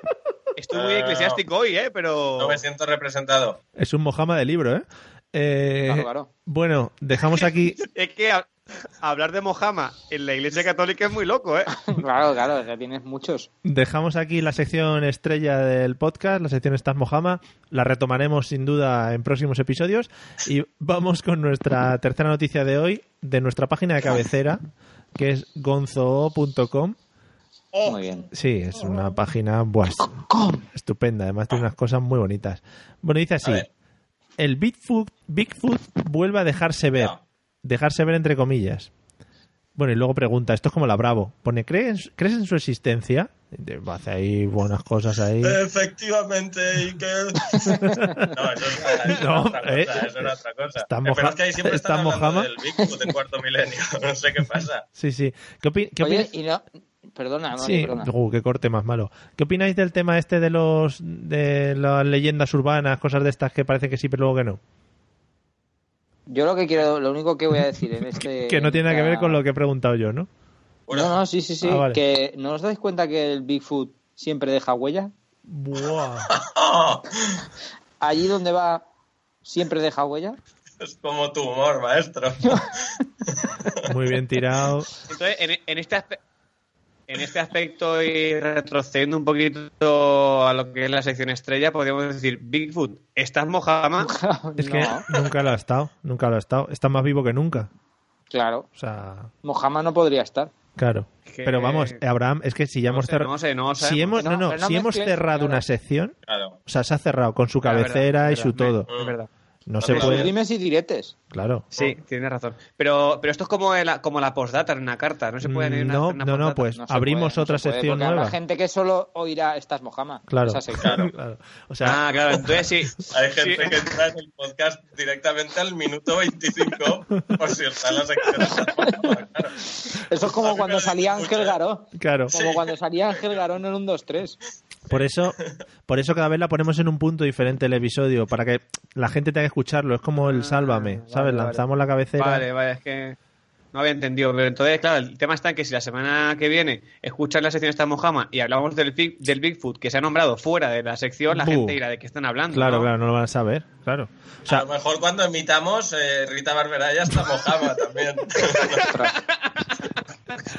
Speaker 3: Estoy muy eclesiástico hoy, ¿eh? Pero.
Speaker 5: No me siento representado.
Speaker 2: Es un Mojama de libro, ¿eh? Eh,
Speaker 4: Claro, claro.
Speaker 2: Bueno, dejamos aquí.
Speaker 3: Es que ha- hablar de Mojama en la iglesia católica es muy loco, ¿eh?
Speaker 4: Claro, claro, ya tienes muchos.
Speaker 2: Dejamos aquí la sección estrella del podcast, la sección Estás Mojama. La retomaremos sin duda en próximos episodios. Y vamos con nuestra tercera noticia de hoy, de nuestra página de cabecera, que es gonzo.com. Eh.
Speaker 4: Muy bien.
Speaker 2: Sí, es una página buah, es- estupenda. Además, tiene unas cosas muy bonitas. Bueno, dice así:
Speaker 5: A ver.
Speaker 2: El Bigfoot, Bigfoot vuelve a dejarse ver.
Speaker 5: No.
Speaker 2: Dejarse ver entre comillas. Bueno, y luego pregunta: esto es como la Bravo. Pone: ¿Crees, ¿crees en su existencia? Y te- Hace ahí buenas cosas ahí.
Speaker 3: Eh.
Speaker 5: Efectivamente, Iker. no, eso es para- eso
Speaker 2: No,
Speaker 5: era otra cosa.
Speaker 2: eh,
Speaker 5: eso era otra cosa.
Speaker 2: está
Speaker 5: Eh,
Speaker 2: moja-
Speaker 5: Pero es que ahí siempre
Speaker 2: está
Speaker 5: están hablando
Speaker 2: mojama.
Speaker 5: del Bigfoot de cuarto milenio. No sé qué pasa.
Speaker 2: Sí, sí. ¿Qué, opi- qué
Speaker 4: Oye,
Speaker 2: opinas-
Speaker 4: y no. Perdona, Moni,
Speaker 2: Sí,
Speaker 4: perdona.
Speaker 2: Uh, qué corte más malo. ¿Qué opináis del tema este de los de las leyendas urbanas, cosas de estas que parece que sí, pero luego que no?
Speaker 4: Yo lo que quiero, lo único que voy a decir en este.
Speaker 2: Que no tiene nada que ver con lo
Speaker 4: que.
Speaker 2: que he preguntado yo, ¿no?
Speaker 5: Una-
Speaker 4: No, no, sí, sí, sí.
Speaker 2: Ah, vale.
Speaker 4: Que no os dais cuenta que el Bigfoot siempre deja huella.
Speaker 2: Buah.
Speaker 5: ¡Oh!
Speaker 4: Allí donde va, siempre deja huella.
Speaker 5: Es como tu humor, maestro.
Speaker 2: Muy bien tirado.
Speaker 3: Entonces, en, en este aspecto. En este aspecto y retrocediendo un poquito a lo que es la sección estrella, podríamos decir, Bigfoot, ¿estás Mojama?
Speaker 4: no,
Speaker 2: Es que nunca lo ha estado, nunca lo ha estado. Está más vivo que nunca.
Speaker 4: claro.
Speaker 2: O sea,
Speaker 4: Mojama no podría estar.
Speaker 2: claro.
Speaker 3: Es que-
Speaker 2: Pero vamos, Abraham, es que si ya
Speaker 3: No
Speaker 2: hemos
Speaker 3: sé, no
Speaker 2: cerrado...
Speaker 3: sé, no sé.
Speaker 2: Si hemos, no,
Speaker 4: No,
Speaker 2: no,
Speaker 4: pero no
Speaker 2: si hemos
Speaker 4: mezcles,
Speaker 2: cerrado
Speaker 4: claro.
Speaker 2: una sección,
Speaker 5: Claro.
Speaker 2: o sea, se ha cerrado con su
Speaker 3: La verdad,
Speaker 2: cabecera y
Speaker 3: la
Speaker 2: su
Speaker 3: verdad,
Speaker 2: todo.
Speaker 3: Es verdad.
Speaker 2: No
Speaker 5: no
Speaker 2: se
Speaker 5: te
Speaker 4: Los
Speaker 5: Pues-
Speaker 2: puede...
Speaker 5: digo.
Speaker 4: dimes y diretes.
Speaker 2: Claro.
Speaker 3: Sí, tienes razón. Pero, pero esto es como la, como la postdata en una carta, no se puede ni una,
Speaker 2: No,
Speaker 3: una
Speaker 2: no, no,
Speaker 3: postdata.
Speaker 2: pues
Speaker 4: No se
Speaker 2: abrimos
Speaker 4: puede, no
Speaker 2: otra
Speaker 4: se puede,
Speaker 2: sección
Speaker 4: porque habrá
Speaker 2: nueva.
Speaker 4: gente que solo oirá estas Mojama.
Speaker 2: Claro.
Speaker 4: Esa sección.
Speaker 5: Claro.
Speaker 2: Claro. O sea,
Speaker 3: Ah, claro, entonces sí.
Speaker 5: Hay gente
Speaker 3: sí.
Speaker 5: que entra en el podcast directamente al minuto 25 por si está la sección. Claro.
Speaker 4: Eso es
Speaker 5: A
Speaker 4: como
Speaker 5: mí
Speaker 4: cuando
Speaker 5: me lo
Speaker 4: salía
Speaker 5: dicen
Speaker 4: Ángel
Speaker 5: mucho, ¿eh?
Speaker 4: Garó.
Speaker 2: claro.
Speaker 4: Como cuando salía Ángel Garón en un 2-3.
Speaker 2: Por eso, por eso cada vez la ponemos en un punto diferente el episodio, para que la gente tenga que escucharlo. Es como el sálvame,
Speaker 3: vale,
Speaker 2: ¿sabes?
Speaker 3: vale.
Speaker 2: Lanzamos la cabecera.
Speaker 3: Vale, vale, es que no había entendido. Pero entonces, claro, el tema está en que si la semana que viene escuchas la sección esta Mojama y hablamos del, Big- del Bigfoot que se ha nombrado fuera de la sección, la
Speaker 2: Bu.
Speaker 3: gente dirá de qué están hablando.
Speaker 2: Claro,
Speaker 3: ¿no?
Speaker 2: claro, no lo van a saber, claro. O
Speaker 5: a
Speaker 2: sea,
Speaker 5: lo mejor cuando imitamos, eh, Rita Barberá ya está mojama también.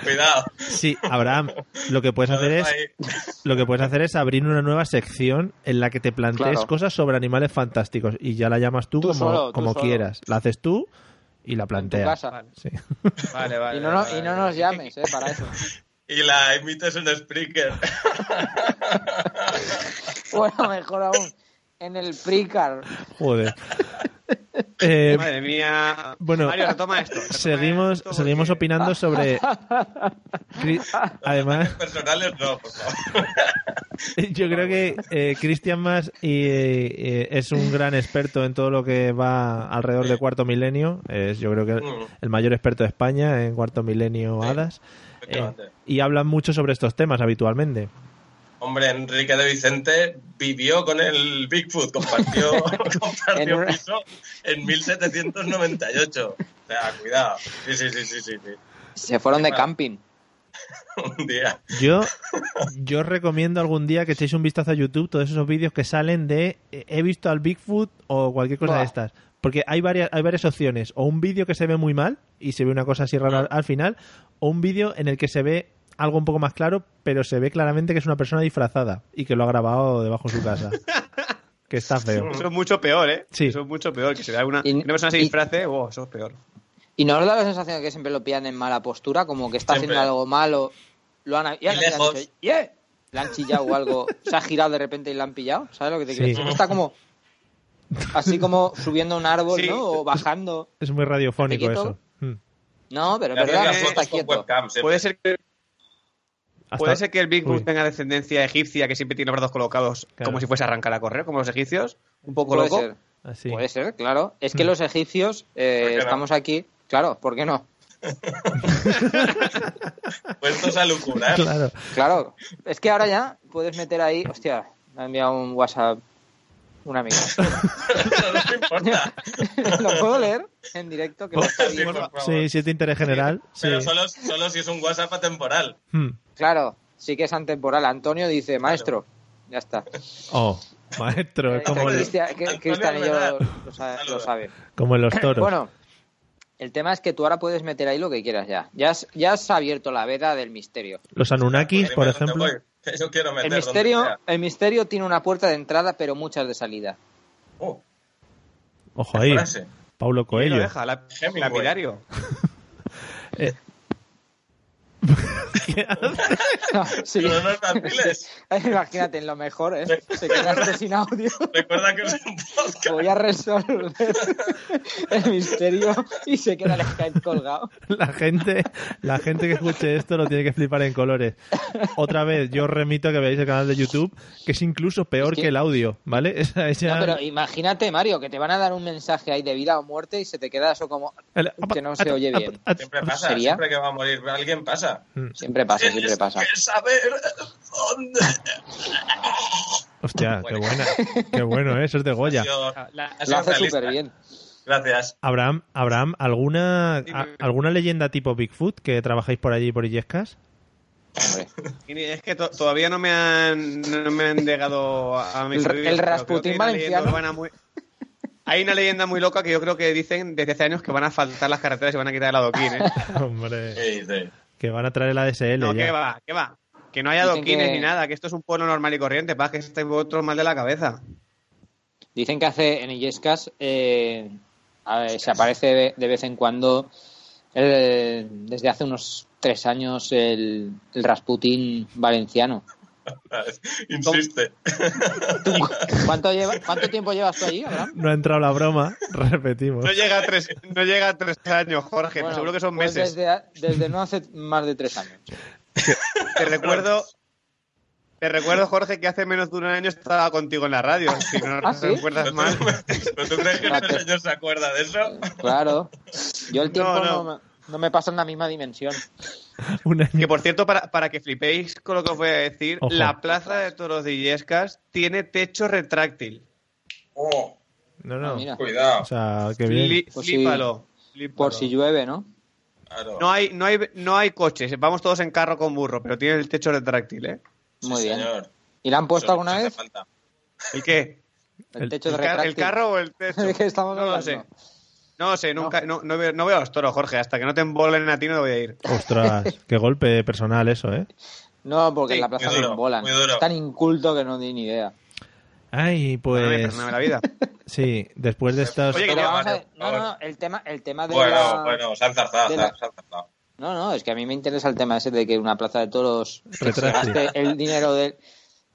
Speaker 5: Cuidado.
Speaker 2: sí, Abraham, lo que puedes
Speaker 5: Lo
Speaker 2: hacer
Speaker 5: dejo
Speaker 2: es
Speaker 5: ahí.
Speaker 2: lo que puedes hacer es abrir una nueva sección en la que te plantees
Speaker 4: Claro.
Speaker 2: cosas sobre animales fantásticos y ya la llamas tú,
Speaker 4: Tú
Speaker 2: como,
Speaker 4: solo, tú
Speaker 2: como
Speaker 4: solo.
Speaker 2: quieras. La haces tú y la
Speaker 4: En tu
Speaker 2: planteas.
Speaker 4: casa.
Speaker 3: Vale,
Speaker 2: Sí.
Speaker 3: vale, vale.
Speaker 4: Y no, no-
Speaker 3: vale,
Speaker 4: y no
Speaker 3: vale.
Speaker 4: nos llames, ¿eh? Para eso.
Speaker 5: Y la imites en Spreaker.
Speaker 4: Bueno, mejor aún. En el Pricar.
Speaker 2: Joder. Eh,
Speaker 3: Madre mía.
Speaker 2: Bueno,
Speaker 3: Mario, retoma esto. retoma
Speaker 2: seguimos,
Speaker 3: esto
Speaker 2: seguimos
Speaker 3: porque-
Speaker 2: opinando sobre. Cri- Además,
Speaker 5: Personales no, por favor.
Speaker 2: yo creo que eh, Christian Mas y, eh, es un gran experto en todo lo que va alrededor de cuarto milenio. Es, yo creo que el,
Speaker 4: Eh,
Speaker 5: Mm.
Speaker 2: el mayor experto de España en cuarto milenio hadas. Eh,
Speaker 5: efectivamente.
Speaker 2: y hablan mucho sobre estos temas habitualmente.
Speaker 5: Hombre, Enrique de Vicente vivió con el Bigfoot, compartió,
Speaker 4: En
Speaker 5: compartió
Speaker 4: una-
Speaker 5: piso en 1798. O sea, cuidado. Sí, sí, sí, sí, sí. sí.
Speaker 4: Se fueron de camping.
Speaker 5: Un día.
Speaker 2: Yo, yo os recomiendo algún día que echéis un vistazo a YouTube, todos esos vídeos que salen de eh, he visto al Bigfoot o cualquier cosa de
Speaker 4: Buah.
Speaker 2: estas. Porque hay varias, hay varias opciones. O un vídeo que se ve muy mal y se ve una cosa así rara al, al final, o un vídeo en el que se ve algo un poco más claro, pero se ve claramente que es una persona disfrazada y que lo ha grabado debajo de su casa. que está feo.
Speaker 3: Eso es mucho peor, ¿eh?
Speaker 2: Sí.
Speaker 3: Eso es mucho peor. Que se vea una,
Speaker 4: Y-
Speaker 3: una persona se
Speaker 4: y-
Speaker 3: disfrace, wow, eso es peor.
Speaker 4: ¿Y no os da la sensación de que siempre lo pillan en mala postura? Como que está
Speaker 5: Siempre.
Speaker 4: haciendo algo malo. Lo han, ya
Speaker 5: Y
Speaker 4: le han
Speaker 5: lejos.
Speaker 4: dicho, "Yeah". Le han chillado o algo. Se ha girado de repente y le han pillado. ¿Sabes lo que te
Speaker 2: Sí.
Speaker 4: quiero decir? Está como. Así como subiendo un árbol,
Speaker 3: Sí.
Speaker 4: ¿no? O bajando.
Speaker 2: Es muy radiofónico
Speaker 4: ¿Te quito?
Speaker 2: eso. Mm.
Speaker 4: No, pero es
Speaker 5: Le hacían
Speaker 4: verdad,
Speaker 5: las
Speaker 4: no está
Speaker 5: fotos con
Speaker 4: quieto.
Speaker 5: webcam. siempre.
Speaker 3: Puede ser que
Speaker 2: Hasta-
Speaker 3: ¿Puede ser que el Big
Speaker 2: Uy.
Speaker 3: Bang tenga descendencia egipcia que siempre tiene los brazos colocados
Speaker 2: Claro.
Speaker 3: como si fuese a arrancar a correr, como los egipcios? Un poco
Speaker 4: Puede
Speaker 3: loco.
Speaker 4: ser.
Speaker 2: así.
Speaker 4: Puede ser, claro. Es que
Speaker 2: Mm.
Speaker 4: los egipcios eh,
Speaker 5: ¿Por qué no?
Speaker 4: estamos aquí, claro, ¿por qué no? Pues,
Speaker 5: Puestos a lucubrar.
Speaker 2: Claro.
Speaker 4: Claro, es que ahora ya puedes meter ahí, hostia, me ha enviado un WhatsApp una amiga.
Speaker 5: No nos importa.
Speaker 4: ¿Lo puedo leer en directo? Que lo está
Speaker 5: Sí, por
Speaker 4: viendo.
Speaker 5: favor.
Speaker 2: Sí, siete interés general. Sí.
Speaker 5: Pero solo, solo si es un WhatsApp atemporal.
Speaker 2: Mm.
Speaker 4: Claro, sí que es antemporal. Antonio dice, maestro, Ya está.
Speaker 2: Oh, maestro, es
Speaker 4: Que
Speaker 2: como, el-
Speaker 4: Cristian que- Cristian y yo lo, lo sa- lo saben.
Speaker 2: como en los toros.
Speaker 4: Bueno, el tema es que tú ahora puedes meter ahí lo que quieras ya. Ya has, ya has abierto la veda del misterio.
Speaker 2: los Anunnakis, por
Speaker 5: Dime
Speaker 2: ejemplo.
Speaker 5: dónde voy, que Yo quiero meter
Speaker 4: El
Speaker 5: donde
Speaker 4: misterio,
Speaker 5: sea.
Speaker 4: el misterio tiene una puerta de entrada, pero muchas de salida.
Speaker 5: Oh,
Speaker 2: Ojo ahí,
Speaker 5: frase.
Speaker 2: Paulo
Speaker 3: Lo
Speaker 2: Coelho.
Speaker 3: deja, la-
Speaker 5: Hemingway.
Speaker 3: lapidario.
Speaker 4: No, sí.
Speaker 5: Pero no vaciles.
Speaker 4: Imagínate, en lo mejor, ¿eh? Se quedaste sin audio.
Speaker 5: Recuerda que es un podcast.
Speaker 4: Voy a resolver el misterio y se queda el Skype colgado.
Speaker 2: La gente, la gente que escuche esto lo tiene que flipar en colores. Otra vez, yo os remito a que veáis el canal de YouTube, que es incluso peor
Speaker 4: Es que-
Speaker 2: que... el audio, ¿vale? Esa- esa-
Speaker 4: No, pero imagínate, Mario, que te van a dar un mensaje ahí de vida o muerte y se te queda eso como
Speaker 2: el-
Speaker 4: que no se oye bien.
Speaker 5: Siempre pasa,
Speaker 4: Pues ¿Sería?
Speaker 5: siempre que va a morir alguien pasa.
Speaker 4: Siempre pasa, siempre
Speaker 5: Tienes
Speaker 4: pasa.
Speaker 5: que saber dónde.
Speaker 2: Hostia, qué buena. Qué bueno, ¿eh? eso es de Goya.
Speaker 5: Yo-
Speaker 3: La-
Speaker 5: ha
Speaker 4: Lo
Speaker 5: sido
Speaker 4: hace
Speaker 5: realista.
Speaker 4: súper bien.
Speaker 5: Gracias.
Speaker 2: Abraham, Abraham, ¿alguna,
Speaker 3: Dime.
Speaker 2: a- ¿alguna leyenda tipo Bigfoot que trabajéis por allí por Illescas?
Speaker 3: Y Es que to- todavía no me han, no me han llegado a mi
Speaker 4: El-
Speaker 3: oídos,
Speaker 4: el
Speaker 3: pero creo
Speaker 4: Rasputín
Speaker 3: que hay una leyenda
Speaker 4: valenciano.
Speaker 3: urbana muy- Hay una leyenda muy loca que yo creo que dicen desde hace años que van a faltar las carreteras y van a quitar el adoquín. ¿eh?
Speaker 2: Hombre,
Speaker 5: Sí, sí.
Speaker 2: que van a traer el ADSL
Speaker 3: No, que
Speaker 2: ya.
Speaker 3: va, que va. Que no hay
Speaker 4: Dicen
Speaker 3: adoquines
Speaker 4: que-
Speaker 3: ni nada, que esto es un pueblo normal y corriente. Para que estáis vosotros mal de la cabeza.
Speaker 4: Dicen que hace en Illescas eh, a ver, se aparece de, de vez en cuando eh, desde hace unos tres años el, el Rasputín valenciano.
Speaker 5: Insiste.
Speaker 4: ¿Tú cu- ¿Cuánto, lleva- cuánto tiempo llevas tú allí, Abraham?
Speaker 2: No ha entrado la broma, repetimos.
Speaker 3: No llega a tres, no llega a tres años, Jorge.
Speaker 4: Bueno,
Speaker 3: seguro que son
Speaker 4: pues
Speaker 3: meses.
Speaker 4: Desde, a- desde no hace más de tres años.
Speaker 3: Te recuerdo. Te recuerdo, Jorge, que hace menos de un año estaba contigo en la radio. Si no
Speaker 4: ¿Ah, sí?
Speaker 3: recuerdas mal.
Speaker 5: ¿Pero tú crees que no
Speaker 4: Gracias.
Speaker 5: se acuerda de eso?
Speaker 4: Claro. Yo el tiempo
Speaker 3: No,
Speaker 4: no,
Speaker 3: no.
Speaker 4: me, no me pasa en la misma dimensión.
Speaker 2: Un año.
Speaker 3: Que por cierto, para, para que flipéis con lo que os voy a decir,
Speaker 2: Ojo.
Speaker 3: la plaza de toros de Illescas tiene techo retráctil.
Speaker 5: Oh,
Speaker 2: No,
Speaker 4: Ah,
Speaker 2: no.
Speaker 4: mira.
Speaker 2: O
Speaker 5: cuidado.
Speaker 2: sea, que bien.
Speaker 3: Fli-
Speaker 4: Pues sí.
Speaker 3: flípalo.
Speaker 4: Por
Speaker 3: flípalo.
Speaker 4: si llueve, ¿no?
Speaker 5: Claro.
Speaker 3: No hay, no, hay, no hay coches, vamos todos en carro con burro, pero tiene el techo retráctil, ¿eh?
Speaker 5: Sí,
Speaker 4: Muy bien.
Speaker 5: señor.
Speaker 4: ¿Y la han puesto
Speaker 5: Eso
Speaker 4: alguna
Speaker 5: hace
Speaker 4: vez?
Speaker 5: falta.
Speaker 3: ¿El qué?
Speaker 4: El
Speaker 2: El-
Speaker 4: techo
Speaker 3: ¿El,
Speaker 4: de
Speaker 3: ca- el
Speaker 4: retráctil.
Speaker 3: carro o el techo?
Speaker 4: ¿De qué estamos
Speaker 3: no lo
Speaker 4: hablando?
Speaker 3: sé. No sé, nunca, no, no veo, no veo a los toros, Jorge. Hasta que no te embolen a ti no voy a ir.
Speaker 2: Ostras, qué golpe personal eso, ¿eh.
Speaker 4: No, porque
Speaker 5: Sí,
Speaker 4: en la plaza
Speaker 5: muy duro,
Speaker 4: se volan.
Speaker 5: muy duro.
Speaker 4: Es tan inculto que no di ni idea.
Speaker 2: Ay,
Speaker 3: Perdóname,
Speaker 2: pues.
Speaker 3: perdóname la vida.
Speaker 2: Sí, después de estas.
Speaker 3: Oye, que
Speaker 4: Pero
Speaker 3: ya-
Speaker 4: vamos a
Speaker 5: vale,
Speaker 4: ver, no,
Speaker 5: vale.
Speaker 4: no, el tema, el tema de
Speaker 5: Bueno,
Speaker 4: la-
Speaker 5: bueno, se han zarzado,
Speaker 4: de
Speaker 5: se
Speaker 4: la-
Speaker 5: han zarzado.
Speaker 4: No, no, es que a mí me interesa el tema ese de que una plaza de toros que se
Speaker 2: Retráctil.
Speaker 4: gaste el dinero del,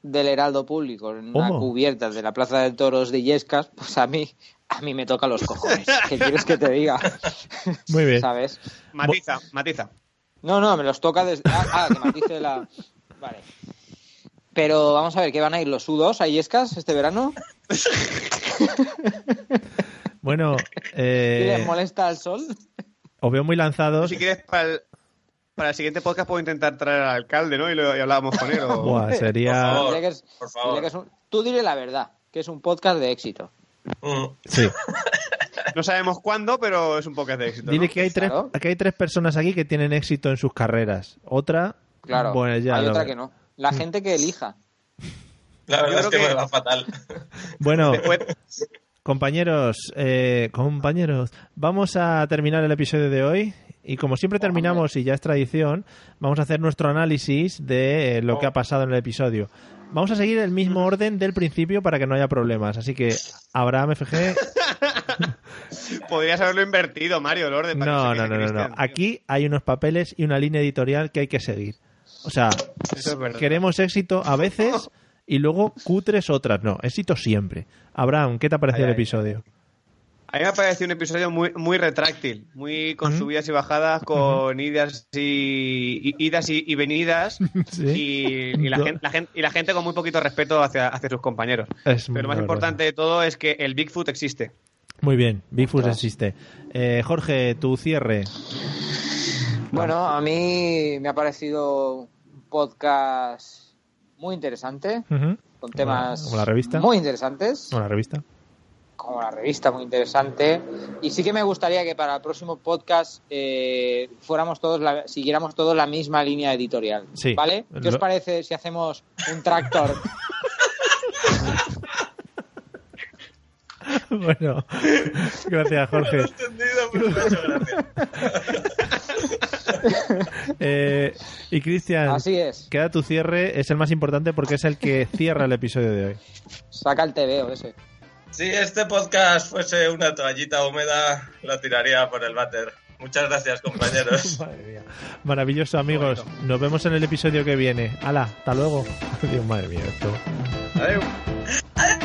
Speaker 4: del heraldo público en una
Speaker 2: ¿Cómo?
Speaker 4: cubierta de la plaza de toros de Illescas, pues a mí, a mí me toca los cojones. ¿Qué quieres que te diga?
Speaker 2: Muy bien.
Speaker 4: ¿Sabes?
Speaker 3: Matiza, matiza.
Speaker 4: No, no, me los toca desde. Ah, ah, que matice la. Vale. Pero vamos a ver, ¿qué van a ir los U2 a Illescas este verano?
Speaker 2: Bueno,
Speaker 4: ¿Y
Speaker 2: eh,
Speaker 4: les molesta el sol?
Speaker 2: os veo muy lanzados.
Speaker 3: Si quieres, para el, para el siguiente podcast puedo intentar traer al alcalde, ¿no? Y, lo, y hablábamos con él. o-
Speaker 2: Buah,
Speaker 5: Por
Speaker 2: sería.
Speaker 5: favor.
Speaker 4: Dile que es-
Speaker 5: por favor.
Speaker 4: dile que es un- Tú dile la verdad, que es un podcast de éxito.
Speaker 5: Mm.
Speaker 2: Sí.
Speaker 3: No sabemos cuándo, pero es un podcast de éxito. ¿no?
Speaker 2: Dile que hay, tres,
Speaker 4: Claro.
Speaker 2: que hay tres personas aquí que tienen éxito en sus carreras. Otra.
Speaker 4: Claro.
Speaker 2: Bueno, ya
Speaker 4: Hay
Speaker 2: lo
Speaker 4: otra
Speaker 2: veo.
Speaker 4: que no. La gente que elija.
Speaker 5: La verdad es
Speaker 3: creo
Speaker 5: que,
Speaker 3: que-
Speaker 5: me va fatal.
Speaker 2: Bueno,
Speaker 3: Después-
Speaker 2: compañeros, eh, compañeros, vamos a terminar el episodio de hoy. Y como siempre terminamos, y ya es tradición, vamos a hacer nuestro análisis de eh, lo
Speaker 3: Oh.
Speaker 2: que ha pasado en el episodio. Vamos a seguir el mismo
Speaker 3: Mm.
Speaker 2: orden del principio para que no haya problemas. Así que, Abraham FG,
Speaker 3: podrías haberlo invertido, Mario, el orden. para
Speaker 2: No,
Speaker 3: que se
Speaker 2: no, no,
Speaker 3: quede
Speaker 2: no, no.
Speaker 3: Cristian, tío.
Speaker 2: Aquí hay unos papeles y una línea editorial que hay que seguir. O sea,
Speaker 3: Eso es verdad.
Speaker 2: queremos éxito a veces y luego cutres otras. No, éxito siempre. Abraham, ¿qué te ha parecido
Speaker 3: Ay,
Speaker 2: el
Speaker 3: ay.
Speaker 2: episodio?
Speaker 3: A mí me ha parecido un episodio muy, muy retráctil, muy con subidas y bajadas, con idas y, y- idas y, y venidas.
Speaker 2: Sí.
Speaker 3: Y, y la
Speaker 2: Yo-
Speaker 3: gente, la gente- y la gente con muy poquito respeto hacia, hacia sus compañeros.
Speaker 2: Es una
Speaker 3: Pero lo más
Speaker 2: barbaridad.
Speaker 3: importante de todo es que el Bigfoot existe.
Speaker 2: Muy bien, Bigfoot
Speaker 4: Ostras.
Speaker 2: existe. Eh, Jorge, tu cierre.
Speaker 4: Bueno, a mí me ha parecido un podcast muy interesante,
Speaker 2: Ujú.
Speaker 4: con
Speaker 2: Como la-
Speaker 4: temas
Speaker 2: como la revista.
Speaker 4: muy interesantes,
Speaker 2: Una revista.
Speaker 4: como la revista muy interesante. Y sí que me gustaría que para el próximo podcast eh, fuéramos todos la- siguiéramos todos la misma línea editorial.
Speaker 2: Sí.
Speaker 4: ¿Vale? ¿Qué os
Speaker 2: Lo-
Speaker 4: parece si hacemos un tractor?
Speaker 2: bueno, gracias, Jorge.
Speaker 5: No lo he entendido, pero me ha hecho gracia.
Speaker 2: Eh, y Cristian,
Speaker 4: Así es.
Speaker 2: queda tu cierre, es el más importante porque es el que cierra el episodio de hoy.
Speaker 4: Saca el TVO ese.
Speaker 5: Si este podcast fuese una toallita húmeda, la tiraría por el váter. Muchas gracias, compañeros.
Speaker 2: Madre mía. Maravilloso, amigos. Nos vemos en el episodio que viene. Hala, hasta luego. Dios, madre mía, esto.
Speaker 5: Adiós. Adiós.